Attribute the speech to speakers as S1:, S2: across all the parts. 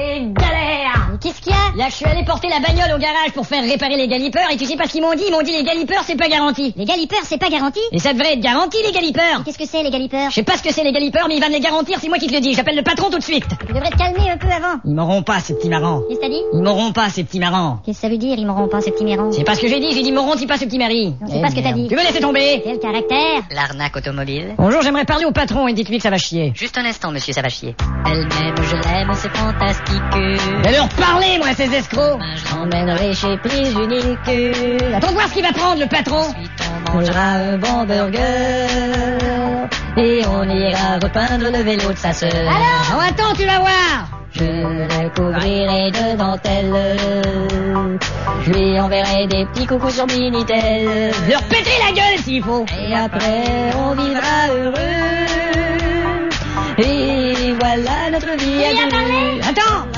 S1: Et galère
S2: Mais qu'est-ce qu'il y a
S1: Là, je suis allé porter la bagnole au garage pour faire réparer les galipeurs, et tu sais pas ce qu'ils m'ont dit Ils m'ont dit les galipeurs, c'est pas garanti.
S2: Les galipeurs, c'est pas garanti
S1: Et ça devrait être garanti, les galipeurs
S2: Qu'est-ce que c'est, les galipeurs
S1: Je sais pas ce que c'est les galipeurs, mais il va me les garantir, c'est moi qui te le dis. J'appelle le patron tout de suite.
S2: Tu devrais te calmer un peu avant.
S1: Ils m'auront pas, ces petits marrants.
S2: Qu'est-ce que t'as dit
S1: Ils m'auront pas, ces petits marrants.
S2: Qu'est-ce que ça veut dire, ils m'auront pas, ce petit mérant
S1: C'est pas ce que j'ai dit, j'ai dit m'auront-ils pas, ce petit mari Eh,
S2: Non, c'est pas ce que t'as dit.
S1: Tu me laisses tomber
S2: Quel caractère
S3: L'arnaque automobile.
S1: Bonjour, j'aimerais parler au patron et dites-lui que ça va chier.
S3: Juste un instant, monsieur, ça va chier. Elle m'aime, je l'aime, c'est fantastique.
S1: Mais leur parler, moi, à ces escrocs
S3: Je l'emmènerai chez Prise Unique.
S1: Attends de voir ce qu'il va prendre, le patron
S3: Ensuite, on mangera un bon burger. Et on ira repeindre le vélo de sa sœur.
S1: Alors attends, tu vas voir
S3: Je la couvrirai de dentelle. Je lui enverrai des petits coucous sur Minitel.
S1: Leur péter la gueule s'il faut
S3: Et après, on vivra heureux. Et voilà notre vie à
S2: Qui a
S3: deux.
S2: parlé
S1: Attends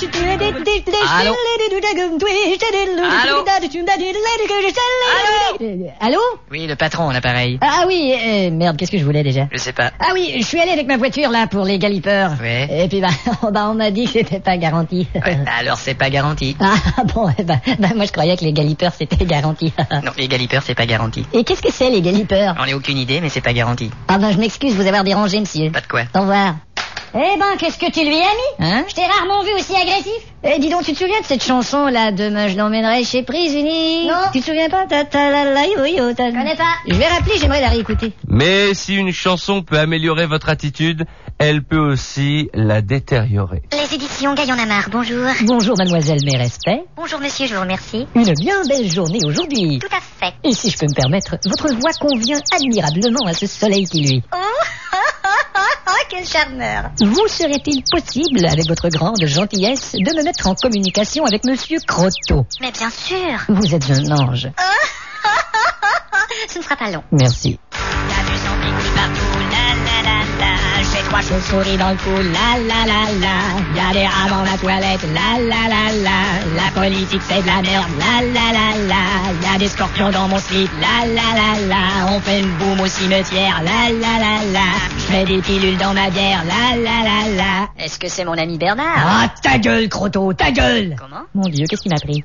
S3: Allô
S1: Allô
S3: Oui, le patron, l'appareil.
S1: Ah oui, euh, merde, qu'est-ce que je voulais déjà
S3: Je sais pas.
S1: Ah oui, je suis allé avec ma voiture là pour les galipeurs.
S3: Ouais.
S1: Et puis bah, bah, on m'a dit que c'était pas garanti.
S3: Ouais, bah alors c'est pas garanti.
S1: Ah bon, eh ben, ben, moi je croyais que les galipeurs c'était garanti.
S2: Ah.
S3: Non, les galipeurs, c'est pas garanti.
S1: Et qu'est-ce que c'est les galipeurs
S3: J'en ai aucune idée, mais c'est pas garanti.
S1: Ah ben je m'excuse de vous avoir dérangé monsieur.
S3: Pas de quoi.
S1: Au revoir.
S2: Eh ben, qu'est-ce que tu lui as mis
S1: Hein
S2: Je t'ai rarement vu aussi agressif.
S1: Eh dis donc, tu te souviens de cette chanson là Demain je l'emmènerai chez Prise Unique
S2: Non.
S1: Tu te souviens pas ta, ta, la, la, yo, yo, ta-
S2: Je connais pas.
S1: Je vais rappeler, j'aimerais la réécouter.
S4: Mais si une chanson peut améliorer votre attitude, elle peut aussi la détériorer.
S2: Les éditions Gaillon Amar, bonjour.
S1: Bonjour mademoiselle, mes respects.
S2: Bonjour monsieur, je vous remercie.
S1: Une bien belle journée aujourd'hui.
S2: Tout à fait.
S1: Et si je peux me permettre, votre voix convient admirablement à ce soleil qui lui.
S2: Oh, oh, oh, oh, oh, quel charmeur.
S1: Vous serait-il possible, avec votre grande gentillesse, de me mettre en communication avec Monsieur Croteau
S2: Mais bien sûr.
S1: Vous êtes un ange.
S2: Oh, oh, oh, oh, oh, ce ne sera pas long.
S1: Merci.
S3: Y'a du sang qui coule partout, la la la la. J'ai trois choses.
S1: Souris dans le cou, la la la la. Y'a des rats dans la toilette, la la la la. La politique c'est de la merde, la la la la. Y'a des scorpions dans mon slip, la la la la. On fait une boum au cimetière, la la la la. Je fais des pilules dans ma bière, la la la la.
S3: Est-ce que c'est mon ami Bernard
S1: Ah, ta gueule, Croteau, ta gueule
S3: Comment
S1: Mon Dieu, qu'est-ce qui m'a pris